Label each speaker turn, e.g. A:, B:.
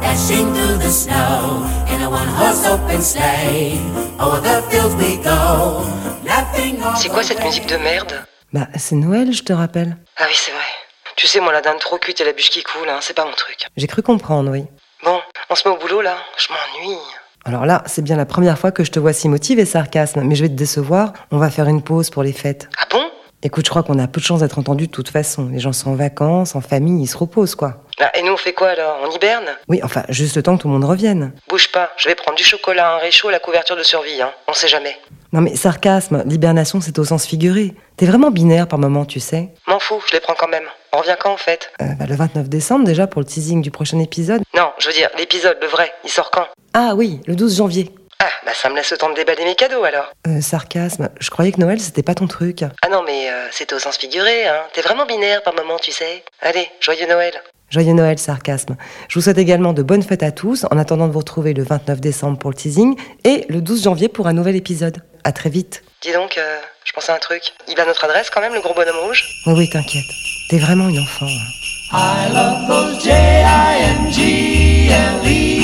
A: Marching through the snow in a one horse open sleigh. Over the fields we go. Laughing all
B: C'est quoi
A: the
B: cette
A: way.
B: musique de merde
C: Bah, c'est Noël, je te rappelle.
B: Ah oui, c'est vrai. Tu sais, moi, la dinde trop cuite et la bûche qui coule, hein, c'est pas mon truc.
C: J'ai cru comprendre, oui.
B: Bon, on se met au boulot, là Je m'ennuie.
C: Alors là, c'est bien la première fois que je te vois si motive et sarcasme, mais je vais te décevoir, on va faire une pause pour les fêtes.
B: Ah bon
C: Écoute, je crois qu'on a peu de chance d'être entendu de toute façon. Les gens sont en vacances, en famille, ils se reposent, quoi.
B: Ah, Et nous, on fait quoi, alors On hiberne
C: Oui, enfin, juste le temps que tout le monde revienne.
B: Bouge pas, je vais prendre du chocolat, un réchaud et la couverture de survie, hein. On sait jamais.
C: Non mais sarcasme, l'hibernation, c'est au sens figuré. T'es vraiment binaire par moment, tu sais.
B: M'en fous, je les prends quand même. On revient quand, en fait
C: Euh, bah, le 29 décembre déjà pour le teasing du prochain épisode.
B: Non, je veux dire, l'épisode, le vrai, il sort quand
C: Ah oui, le 12 janvier.
B: Ah, bah ça me laisse le temps de déballer mes cadeaux, alors.
C: Euh, sarcasme, je croyais que Noël, c'était pas ton truc.
B: Ah non, mais euh, c'était au sens figuré, hein. T'es vraiment binaire par moment, tu sais. Allez, joyeux Noël.
C: Joyeux Noël, sarcasme. Je vous souhaite également de bonnes fêtes à tous, en attendant de vous retrouver le 29 décembre pour le teasing et le 12 janvier pour un nouvel épisode. À très vite.
B: Dis donc, euh, je pensais à un truc. Il a notre adresse quand même, le gros bonhomme rouge
C: Oh Oui, oui, t'inquiète. T'es vraiment une enfant. hein.
A: I love those J-I-N-G-L-E